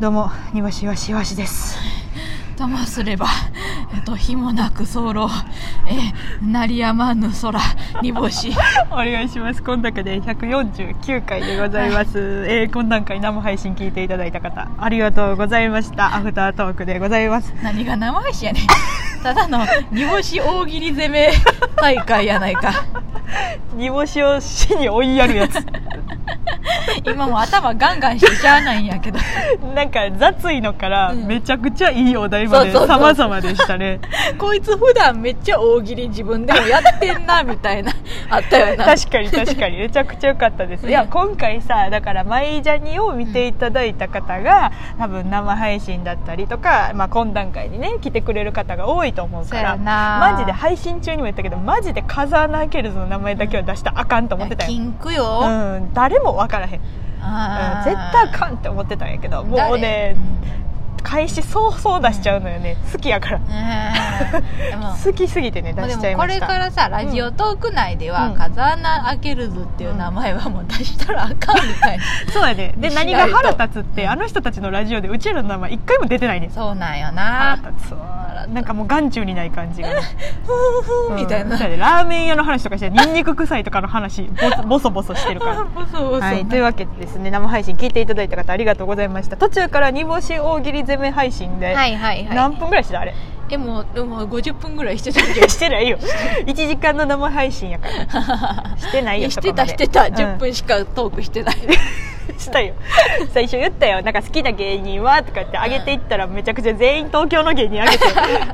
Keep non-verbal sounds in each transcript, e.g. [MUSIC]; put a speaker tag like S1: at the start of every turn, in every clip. S1: どうも庭師わしわしです
S2: ともすれば、えっと、火もなく候、え、鳴りやまぬ空、煮干し。
S1: お願いします今高で149回でございます、えー、今段階生配信聞いていただいた方ありがとうございましたアフタートークでございます
S2: 何が生石や [LAUGHS] ねん。ただの煮干し大喜利攻め大会やないか。
S1: 煮干しを死に追いやるやつ
S2: [LAUGHS] 今も頭ガンガンしてしゃあないんやけど。
S1: なんか雑いのから
S2: うん
S1: めちゃくちゃいいお題まで
S2: そうそうそう
S1: 様々でしたね
S2: こいつ普段めっちゃ大喜利自分でもやってんな、みたいな。あったよ [LAUGHS] な。
S1: 確かに確かにめちゃくちゃ良かったですいや今回さだから「マイジャニ」を見ていただいた方が多分生配信だったりとか、まあ、今段階にね来てくれる方が多いと思う
S2: そ
S1: か
S2: う
S1: ら
S2: やな
S1: マジで配信中にも言ったけどマジでカザーナーケルズの名前だけは出したらあかんと思ってたん
S2: キ
S1: や
S2: ンクよ。あ
S1: うん、誰も分からへん、うん、絶
S2: あ
S1: 対あかんって思ってたんやけどもうね開始早々出しちゃうのよね好きやから
S2: 誰うんで [LAUGHS] も
S1: 好きすぎてね出
S2: まあで
S1: し
S2: も
S1: ちゃい
S2: こ
S1: まし
S2: れ
S1: た
S2: からさラジオトーク内では、
S1: うん
S2: 風穴アケルズっていう名前はもう出したらあかんみた
S1: [LAUGHS]
S2: いな、
S1: そうやねで
S2: しない
S1: 何
S2: と
S1: が腹立つってあの人たちのラジオでうちらの名前一回も出てないねん
S2: そうなんよ
S1: 腹
S2: な
S1: 立つ
S2: 腹
S1: わ
S2: 立つ
S1: なんかもう眼中にない感じがね、
S2: ふうふうみたいな、
S1: うんそうやねラーメン屋の話とかしてニンニク臭いとかの話ボソ [LAUGHS] ボソボソしてるから
S2: そうそう
S1: はい、というわけでですね生配信聞いていただいた方ありがとうございました途中から煮干し大喜利攻め配信で、
S2: はいはいはい
S1: 何分ぐらいしてたあれ
S2: えもうでも50分ぐらい [LAUGHS] してたんじ
S1: してないよ1時間の生配信やから
S2: [LAUGHS]
S1: してな
S2: ゃん
S1: い
S2: い
S1: よ
S2: やしてた
S1: そこまで
S2: してた
S1: うん
S2: 10分しかトークしてない、
S1: したよ最初言ったよなんか好きな芸人はとか言って上げていったらめちゃくちゃ全員東京の芸人上
S2: [LAUGHS]
S1: げて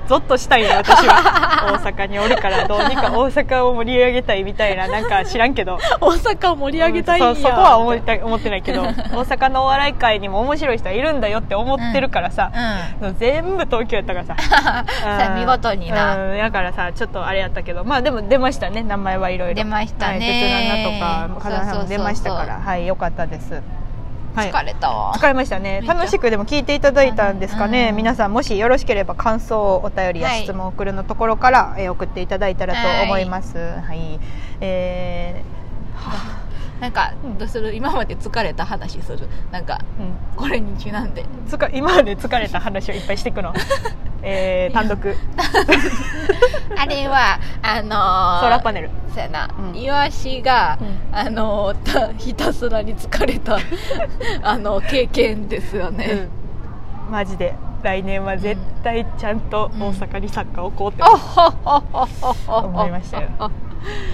S1: ゾッとしたいよ私は大阪におるからどうにか大阪を盛り上げたいみたいななんか知らんけど
S2: [LAUGHS] 大阪を盛り上げたいんや、
S1: うんそそこは思いた思ってないけ
S2: [LAUGHS]
S1: ど大阪のお笑い界にも面白い人はいるんだよって思ってるからさ、
S2: う
S1: 全部東京やったからさ
S2: [LAUGHS] さあ見事にな
S1: うんだからさちょっとあれやったけどまあでも出ましたね名前はいろいろ
S2: 出ましたね
S1: はい、鉄腕なとか風間さんも出ましたから
S2: そうそうそう
S1: はいよかったです、
S2: ん、
S1: はい、
S2: 疲れたわ
S1: 疲れましたね
S2: めっちゃ
S1: 楽しくでも聞いていただいたんですかね、
S2: うん
S1: 皆さんもしよろしければ感想をお便りや
S2: はい
S1: 質問を送るのところから、えー送っていただいたらと思いますはい、え
S2: なんかどうする今まで疲れた話するなんか
S1: ーうん
S2: これにちなんで
S1: つか今まで疲れた話をいっぱいしてい
S2: [LAUGHS]
S1: くのえー単独
S2: あれはあのー、
S1: ソーラーパネル
S2: そうやな、
S1: うん
S2: イワシが、
S1: う
S2: あのたひたすらに疲れ
S1: [LAUGHS]
S2: たあの経験ですよね、
S1: マジで来年は絶対ちゃんと大阪にサッカーを置こうって
S2: おっほっほっほっほっほっほ
S1: 思いましたよ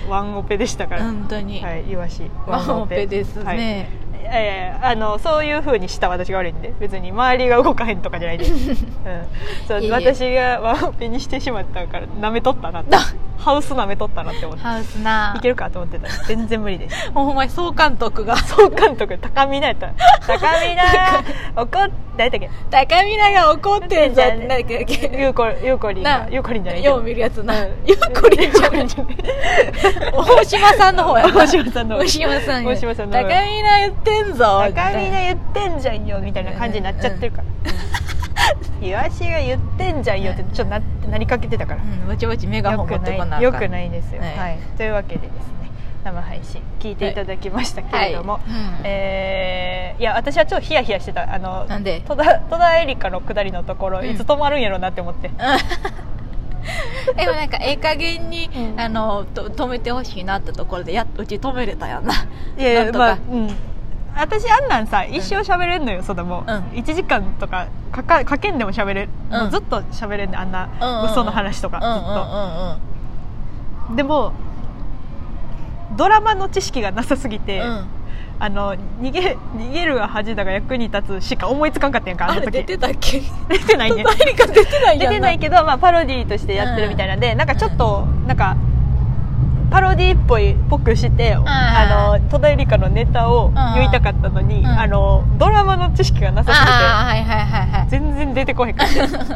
S1: ワンオペでしたから、
S2: 本当に、
S1: はいイワシ
S2: ワンオペです
S1: はい
S2: ね、
S1: えーあのそういうふうにした私が悪いんで別に周りが動かへんとかじゃないで、
S2: [LAUGHS]
S1: うん、そう
S2: いえいえ
S1: 私がワンオペにしてしまったからなめとったなってハウスなめとったなって思って
S2: ハウスない
S1: けるかと思ってたら全然無理でした
S2: もうほんまに総監督が
S1: 総監督高見なやった高見な [LAUGHS] 怒っ誰だっけ
S2: 高見なが怒ってんじゃ
S1: じゃ
S2: ん
S1: あね
S2: なんだっけ
S1: [LAUGHS] ゆうこゆうこりんが
S2: な
S1: ゆうこりんじゃない
S2: よう見るやつな、
S1: う
S2: うんん、ゆうこりんじゃない大島さんの方やな
S1: 大島さんの
S2: 大島さんや
S1: 大島さんの方
S2: 高見な言ってん
S1: 高
S2: ぞ
S1: 見
S2: みた
S1: ない
S2: な
S1: 言ってんじゃんよみたいな感じになっちゃってるからイワシが言ってんじゃんよってちょっとなってなりかけてたから
S2: うん、ぼちぼちメガ
S1: よ
S2: ホン
S1: く
S2: 持ってこな
S1: な
S2: あ
S1: い
S2: か
S1: よ
S2: ん
S1: くないですよ、は
S2: はいい
S1: というわけでですね生配信聞いていただきましたけれども、
S2: はいはいうん
S1: えーいや私は超ヒヤヒヤしてたあの
S2: なんで
S1: 戸田戸田恵梨香の下りのところ、
S2: うん
S1: いつ止まるんやろうなって思って
S2: [LAUGHS] でもなんかええ加減に、
S1: うん
S2: あのと止めてほしいなってところでやっうち止めれたやんな
S1: いやい
S2: な
S1: や
S2: んと
S1: まあ
S2: か、
S1: うん、私あんなんさ一生喋れんのよ、そのもう、
S2: うん
S1: 1時間とかかかかけんでも喋れる、
S2: うん
S1: もうずっと喋れんのあんな、
S2: うんうんうん
S1: 嘘の話とかずっと、
S2: う
S1: でもドラマの知識がなさすぎて、
S2: んうんうんうん
S1: あの逃げ逃げるは恥だが役に立つしか思いつかんかったやんかあ
S2: あ
S1: の時
S2: れ出てたっけ
S1: [LAUGHS] 出てないね
S2: 誰か出てない
S1: 出
S2: やん
S1: てないけど、まあ、パロディーとしてやってるみたいなんで、なんかちょっとなんかパロディーっぽいっぽくして、あの戸田恵梨香のネタを言いたかったのに、
S2: うん
S1: あのドラマの知識がなさ
S2: ああはいはいはいは
S1: すぎて全然出てこへんか
S2: [LAUGHS]
S1: った
S2: い確かに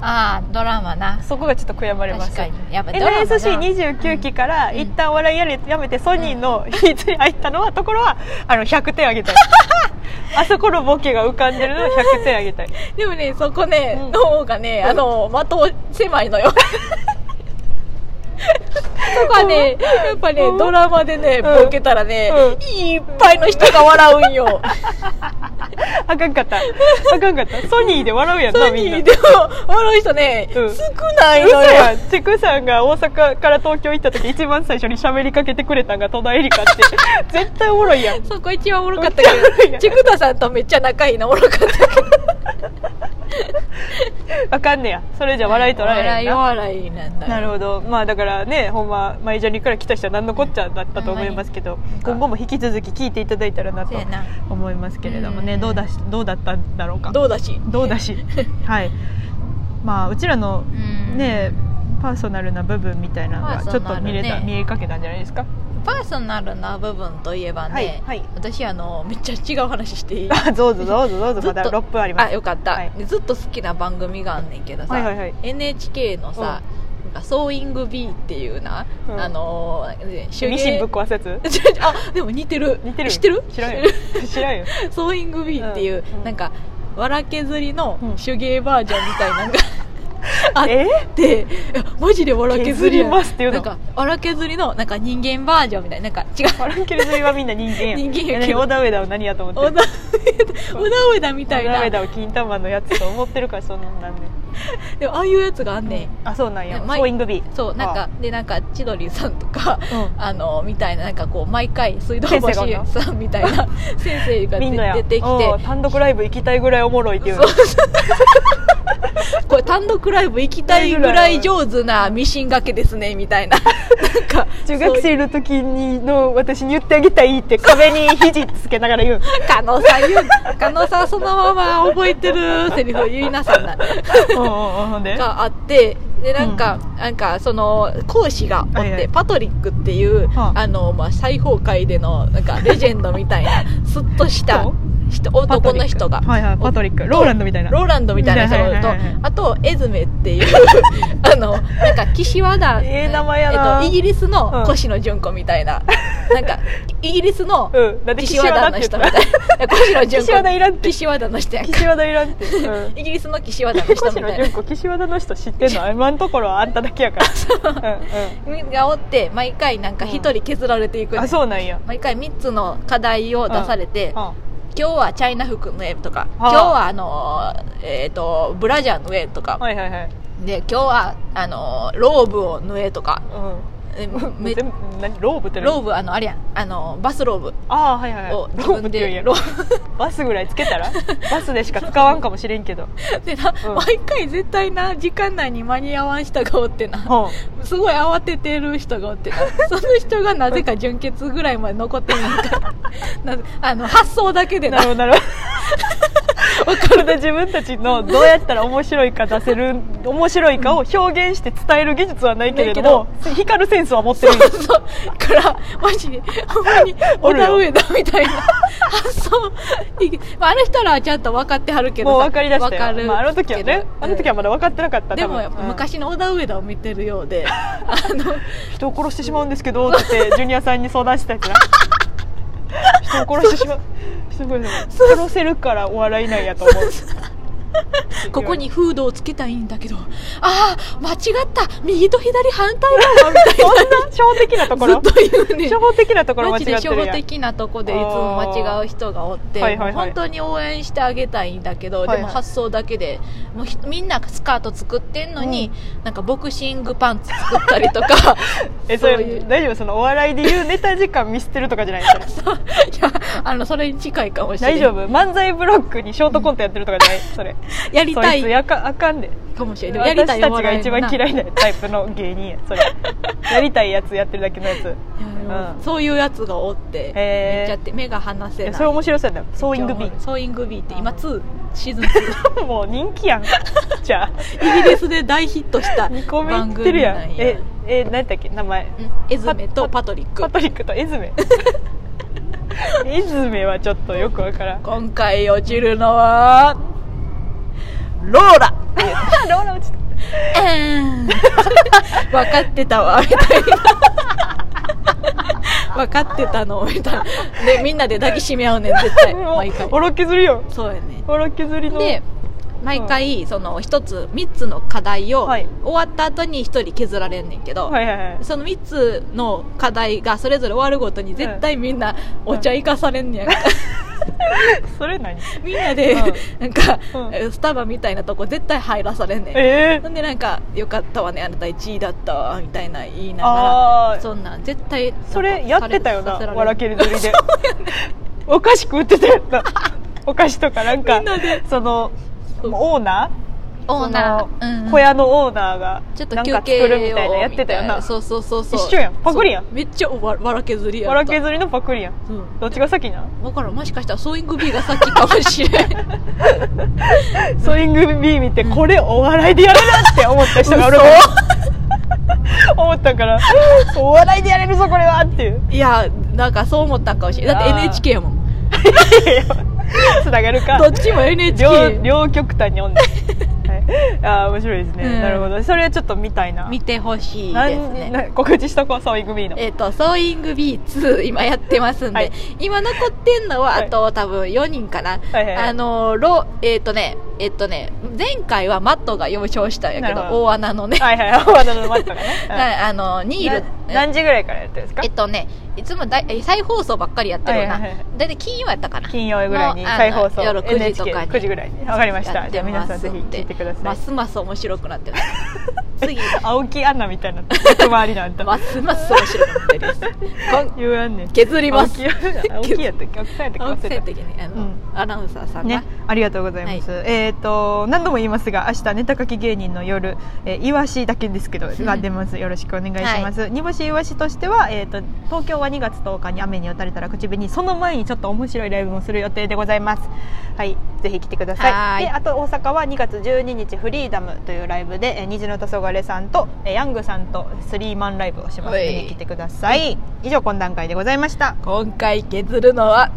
S2: ああドラマな
S1: そこがちょっと悔やまれます
S2: 確かにやっぱドラマな
S1: NSC29 期から
S2: うん
S1: 一旦笑いやれやめてソニーの秘密に入ったのはところはあの100点あ
S2: [LAUGHS]
S1: げたいあそこのボケが浮かんでるのは100点あげたい
S2: でもねそこね、
S1: うん
S2: の方がねあの的狭い
S1: [LAUGHS]
S2: のよとかねやっぱね、
S1: うん
S2: ドラマでね
S1: うん
S2: ボケたらね、
S1: うん
S2: いっぱいの人が笑うんよ
S1: あかんかったあかんかったソニーで笑う
S2: [LAUGHS]
S1: やんな
S2: ソ
S1: みんな
S2: ニーでも笑う人ね、
S1: うん
S2: 少ない
S1: 嘘
S2: のよ
S1: やんチェクさんが大阪から東京行った時一番最初に喋りかけてくれたんが戸田恵梨香
S2: [LAUGHS]
S1: って絶対おもろいやん
S2: そこ一番おもろかったけど、チクタさんと [LAUGHS] めっちゃ仲いいのおもろかった。
S1: あかんねやそれじゃ笑い取られ
S2: 笑
S1: へん
S2: い
S1: な
S2: 笑いなんだ。
S1: なるほどまあだからねほんまマイジャニから来た人は何のこっちゃだったと思いますけど
S2: ん
S1: 今後も引き続き聞いていただいたらな
S2: そ
S1: と
S2: うやな。
S1: 思いますけれども
S2: う
S1: ね
S2: ん
S1: どうだしどうだったんだろうか
S2: どうだし。
S1: どうだ
S2: [LAUGHS]
S1: しはいまあうちらの
S2: うん
S1: ねパーソナルな部分みたいなのが
S2: パー
S1: ちょ
S2: ソ
S1: っ
S2: ナ
S1: と
S2: ルね
S1: 見れた、見えかけたんじゃないです
S2: [LAUGHS]
S1: か
S2: パーソナルな部分といえばね、
S1: はいはい
S2: 私あのめっちゃ違う話して
S1: [LAUGHS]
S2: いい
S1: あどうぞどうぞどうぞ
S2: ずっ
S1: ま
S2: と
S1: だ6分ありま
S2: あ
S1: す
S2: よかった、
S1: はい
S2: ずっと好きな番組があんねんけどさ、
S1: はいはいはい
S2: NHK のさ、なんかソーイング B っていうな、
S1: うん
S2: あのー手芸
S1: ミシンぶっ壊すやつ
S2: [LAUGHS] あでも似てる
S1: 似てる
S2: 知ってる
S1: 知らんよ知らんよ
S2: [LAUGHS] ソーイング B っていう、
S1: うんうん
S2: なんかわら削りの
S1: うん
S2: 手芸バージョンみたいなのがあ
S1: [LAUGHS]
S2: っ
S1: え
S2: ていやマジでわら削りや
S1: 削りますっていうの
S2: なんかわら削りのなんか人間バージョンみたいななんか違う
S1: マランケル釣りはみんな人間や
S2: 人間やけど
S1: え何オダウエダを何やと思って
S2: オ
S1: る
S2: ダオダウエダみたい
S1: オダウエ
S2: な
S1: ダを金玉のやつと思ってるからそんなんなんね
S2: でもああいうやつがあんね
S1: あそうなんや
S2: ね
S1: ソ
S2: 前
S1: ーイングビー
S2: んそうなんかでなんか千鳥さんとか [LAUGHS]
S1: う
S2: あのみたいななんかこう毎回水道橋
S1: 先生がおん
S2: さんみたいな先生が
S1: んみんなや
S2: 出てき
S1: お
S2: て
S1: う単独ライブ行きたいぐらいおもろいっていうの
S2: これ単独ライブ行きたいぐらい上手なミシンがけですねみ
S1: [LAUGHS]
S2: たいななんか
S1: 中学
S2: そうい
S1: 生
S2: う
S1: の時にの私に言ってあげたいって壁に肘つけながら言う
S2: 加納さん言う加納さんそのまま覚えてるセリフを言いなさんな
S1: おうおうおうほんで
S2: があってでなんか、なんかその講師がおって、
S1: はいはい
S2: パトリックっていう、
S1: はあ
S2: あのまあ、最崩壊でのなんかレジェンドみた
S1: [LAUGHS]
S2: いなすっとした
S1: 人
S2: 人
S1: パト
S2: 男
S1: リッ
S2: の
S1: ク
S2: 人が。
S1: はいはいパトリックローランドみたいな
S2: ローランドみたいな人
S1: はいはい
S2: と、
S1: はいはい
S2: あとエズメっ
S1: [LAUGHS]
S2: ていうあのなんか岸和田
S1: ええ名前やな
S2: えっと、イギリス
S1: う
S2: の
S1: ん
S2: 越野純子みたいな、なんかイギリスの
S1: うんだって
S2: 岸
S1: 岸
S2: 和
S1: 和
S2: 田
S1: 田
S2: の
S1: の
S2: 人
S1: 人
S2: みたいな越野純
S1: 岸和田いらんっ
S2: 子
S1: て
S2: 岸和田の人やんか
S1: 岸和田いらんって、うん
S2: イギリスの岸和田の人み
S1: 越
S2: たい
S1: 野
S2: な
S1: 純子岸和田の人知ってんの今のところはあんただけや
S2: [LAUGHS]
S1: から、うん
S2: がおって毎回なんか一人削られていく
S1: う
S2: ね、
S1: ん、あそうなんや
S2: 毎回3つの課題を出されて、
S1: あ
S2: 今日はチャイナ服の絵とか、
S1: はあ
S2: 今日はあのーえっ、とブラジャーの絵とか、
S1: はいはいはい、
S2: で今日はあのーローブを縫えとかえ
S1: うん、もう
S2: め
S1: 全部何ローブって何
S2: ローブあのあれやんあのーバスローブ [LAUGHS]
S1: ああはいはいはい
S2: を
S1: ロ
S2: 自
S1: ーブ
S2: 分
S1: っていうん
S2: で
S1: や
S2: ロ
S1: ろ
S2: ー
S1: [LAUGHS] バスぐらいつけたらバスでしか使わんかもしれん
S2: [LAUGHS]
S1: けど
S2: ブでな、
S1: うん
S2: 毎回絶対な時間内に間に合わん人がおってな、
S1: ほう
S2: すごい慌ててる人がおってなその人がなぜか純潔ぐらいまで残ってるなんか [LAUGHS] なぜあの発想だけで
S1: な
S2: な
S1: るほどなる
S2: [LAUGHS]
S1: ほどこれで自分たちのどうやったら面白いか出せる面白いかを表現して伝える技術はないけれども光るセンスは持ってるんや
S2: そうからマジでほんまに
S1: お
S2: オ
S1: るよ
S2: ダウエダ
S1: [LAUGHS]
S2: みたいな発想まあ、あの人らはちゃんと分かってはるけど
S1: もう
S2: さ
S1: 分かりだして
S2: 分かる
S1: まあ、あの時は
S2: け
S1: ね
S2: ど
S1: あの時はまだ分かってなかった
S2: で
S1: 多分
S2: もやっぱ
S1: うん
S2: 昔のオダウエダを見てるよ
S1: [LAUGHS]
S2: うであの
S1: 人を殺してしまうんですけどって言ってジュニアさんに相談してたやつ
S2: [LAUGHS]
S1: な人を殺してしまう人を殺してしまう殺せるからお笑いなんやと思う
S2: ここにフードをつけたいんだけどああ間違った右と左反対だわみ
S1: そんな初歩的なとこ
S2: たいな
S1: ろ
S2: ずっと言うね
S1: 初歩的なところ間
S2: マ
S1: 違
S2: ジ
S1: ってる
S2: で初歩
S1: やん
S2: 的なとこでいつも間違う人がおって、
S1: あーはいはいはい
S2: 本当に応援してあげたいんだけど、
S1: はいはい
S2: でも発想だけでもうひみんなスカート作ってんのに、なんかボクシングパンツ作ったりと [LAUGHS] か
S1: えそ
S2: そう
S1: れ
S2: いう
S1: 大丈夫そのお笑いで言うネタ時間見捨てるとかじゃないそれ
S2: いやあのそれに近いかもしれな
S1: 大
S2: い
S1: 丈夫漫才ブロックにショートコントやってるとかじゃないそれ
S2: やりた
S1: そい
S2: い
S1: つやかあかんで
S2: かもしれないやり
S1: 私
S2: たい
S1: たちが一番
S2: い
S1: 嫌いなタイプの芸人やそれやりたいやつやってるだけのや
S2: [LAUGHS]
S1: つ
S2: や
S1: うん
S2: そういうやつがおってめっちゃって目が離せ
S1: い
S2: ない
S1: やそれ面白そうやなソーイングビ
S2: ソーイングビーって今2シーズン2 [LAUGHS]
S1: ー [LAUGHS] もう人気やんじゃあ
S2: イギリスで大ヒットした
S1: 2個目
S2: 番
S1: いってる
S2: 組
S1: や
S2: なん
S1: ん
S2: や
S1: ええ何やったっけ名前
S2: うんエズメとパトリック
S1: パトリックとエズ
S2: [LAUGHS]
S1: メエズメはちょっとよくわからん
S2: [LAUGHS]
S1: ロ
S2: 今回落ちるのはローラ
S1: ーラ落ちた
S2: 分かってたわみたいな分かってたのみたいなでみんなで抱きしめ合うねん絶対
S1: も
S2: 毎回
S1: うおろ削りよ
S2: そうやね
S1: おろ削りの
S2: で毎回その一つ3つの課題を
S1: は
S2: 終
S1: い
S2: わった後に1人削られんねんけど、
S1: はいはいはい
S2: その3つの課題がそれぞれ終わるごとに絶対みんなお茶行かされんねやんか、
S1: それ何
S2: みんなで、
S1: うん
S2: なんか、
S1: うん
S2: えースタバみたいなとこ絶対入らされんねん
S1: え
S2: ほんでなんか「よかったわねあなた1位だったわ」みたいな言いなが
S1: あ
S2: ら
S1: ー
S2: そんなん絶対なんか
S1: それやってたよな
S2: させられ
S1: わらける釣りで [LAUGHS] お菓子食ってたよ
S2: [LAUGHS]
S1: なお菓子とかなんかその
S2: そう
S1: オーナ
S2: オーナー
S1: そ
S2: うんうん
S1: ー小屋のオーナーが
S2: ちょっと
S1: なん
S2: 休
S1: か
S2: 憩
S1: 作るみたいなやってたよ
S2: みい
S1: な
S2: そうそうそうそう
S1: 一緒やんパクリやん
S2: そうめっちゃわわらけずりや
S1: わ
S2: った
S1: らけずりのパクリやん
S2: うん
S1: どっちが先なん
S2: わからんもしかしたらソーイング B が先かも
S1: [LAUGHS]
S2: しれん
S1: ソーイングビー見てこれお笑いでやるなって思った人がおるから思ったからお笑いでやれるぞこれはっていう
S2: いやなんかそう思ったんかもしれんだって
S1: あー
S2: NHK やもん
S1: つながるか
S2: どっちも NHK
S1: 両両極端に読んで、
S2: [LAUGHS]
S1: はい、あー面白いですね、
S2: うん
S1: なるほどそれちょっと見たいな
S2: 見てほしい
S1: 何
S2: ですね
S1: な告知しとこうソーイングビーの
S2: えっ、と、ソーイング B2 今やってますんで、
S1: はい
S2: 今残ってんのは、
S1: はい
S2: あと多分4人かな。
S1: はいはいはい
S2: あの、ロ、えっ、とね、えっ、とね、前回はマットが優勝したんやけ
S1: な
S2: ど
S1: るほ、ど
S2: 大穴のね、
S1: はい [LAUGHS] はい大穴のマットがね、はい
S2: [LAUGHS] なあの、ニール、
S1: な何時ぐらいからやってるんですか
S2: えっとね、いつもだいえ再放送ばっかりやってるな
S1: はいはいはい。
S2: だいたい金曜やったかな。
S1: 金曜ぐらいに
S2: のあの
S1: 再放送
S2: 夜9時とかに
S1: NHK9 時ぐらいにわかりまし
S2: や
S1: た
S2: っ
S1: じゃ
S2: て
S1: あ皆さ
S2: ま
S1: ん
S2: す
S1: ぜひ
S2: ん
S1: 聞い
S2: で
S1: てくださ
S2: ま
S1: い
S2: すます面白く
S1: [LAUGHS]
S2: なってる。次、
S1: 青木アンナみたいな役回りなんだ
S2: ますます面白くなってるです。こん
S1: 言わんねん
S2: 削ります。
S1: 青 [LAUGHS] 木青木やったっけ青木さんやったっ
S2: 青
S1: け忘
S2: 木さ
S1: れ
S2: ん的にあの、
S1: うん
S2: アナウンサーさ
S1: た
S2: んが、
S1: ね、ありがとうございます、えっ、と何度も言いますが明日ネタ書き芸人の夜、えー、イワシだけですけど
S2: ん
S1: が出ますよろしくお願いします、煮干しイワシとしては、えー、と東京は2月10日に雨に打たれたら口紅その前にちょっと面白いライブもする予定でございますはいぜひ来てください
S2: はーい
S1: であと大阪は2月12日フリーダムというライブで、えー、虹の黄昏さんと、えー、ヤングさんとスリーマンライブをしますの
S2: は
S1: で
S2: い
S1: 来てください以上懇談会でございました
S2: 今回削るのは